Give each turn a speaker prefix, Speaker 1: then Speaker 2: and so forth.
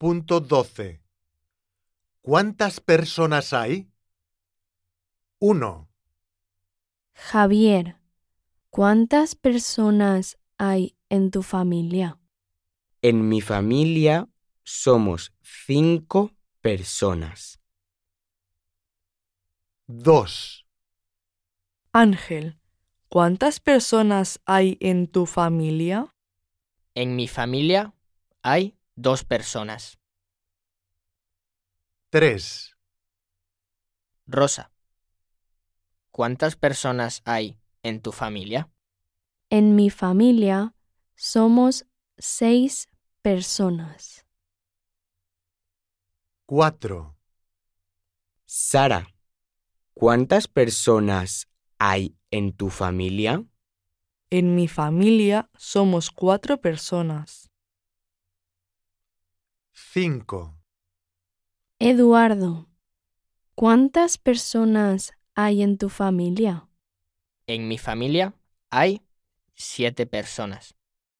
Speaker 1: 3.12 ¿Cuántas personas hay? 1,
Speaker 2: Javier, ¿cuántas personas hay en tu familia?
Speaker 3: En mi familia somos cinco personas.
Speaker 1: 2,
Speaker 4: Ángel, ¿cuántas personas hay en tu familia?
Speaker 5: En mi familia hay dos personas.
Speaker 1: 3,
Speaker 5: Rosa, ¿cuántas personas hay en tu familia?
Speaker 2: En mi familia somos seis personas.
Speaker 1: 4,
Speaker 3: Sara, ¿cuántas personas hay en tu familia?
Speaker 4: En mi familia somos cuatro personas.
Speaker 1: 5,
Speaker 2: Eduardo, ¿cuántas personas hay en tu familia?
Speaker 5: En mi familia hay siete personas.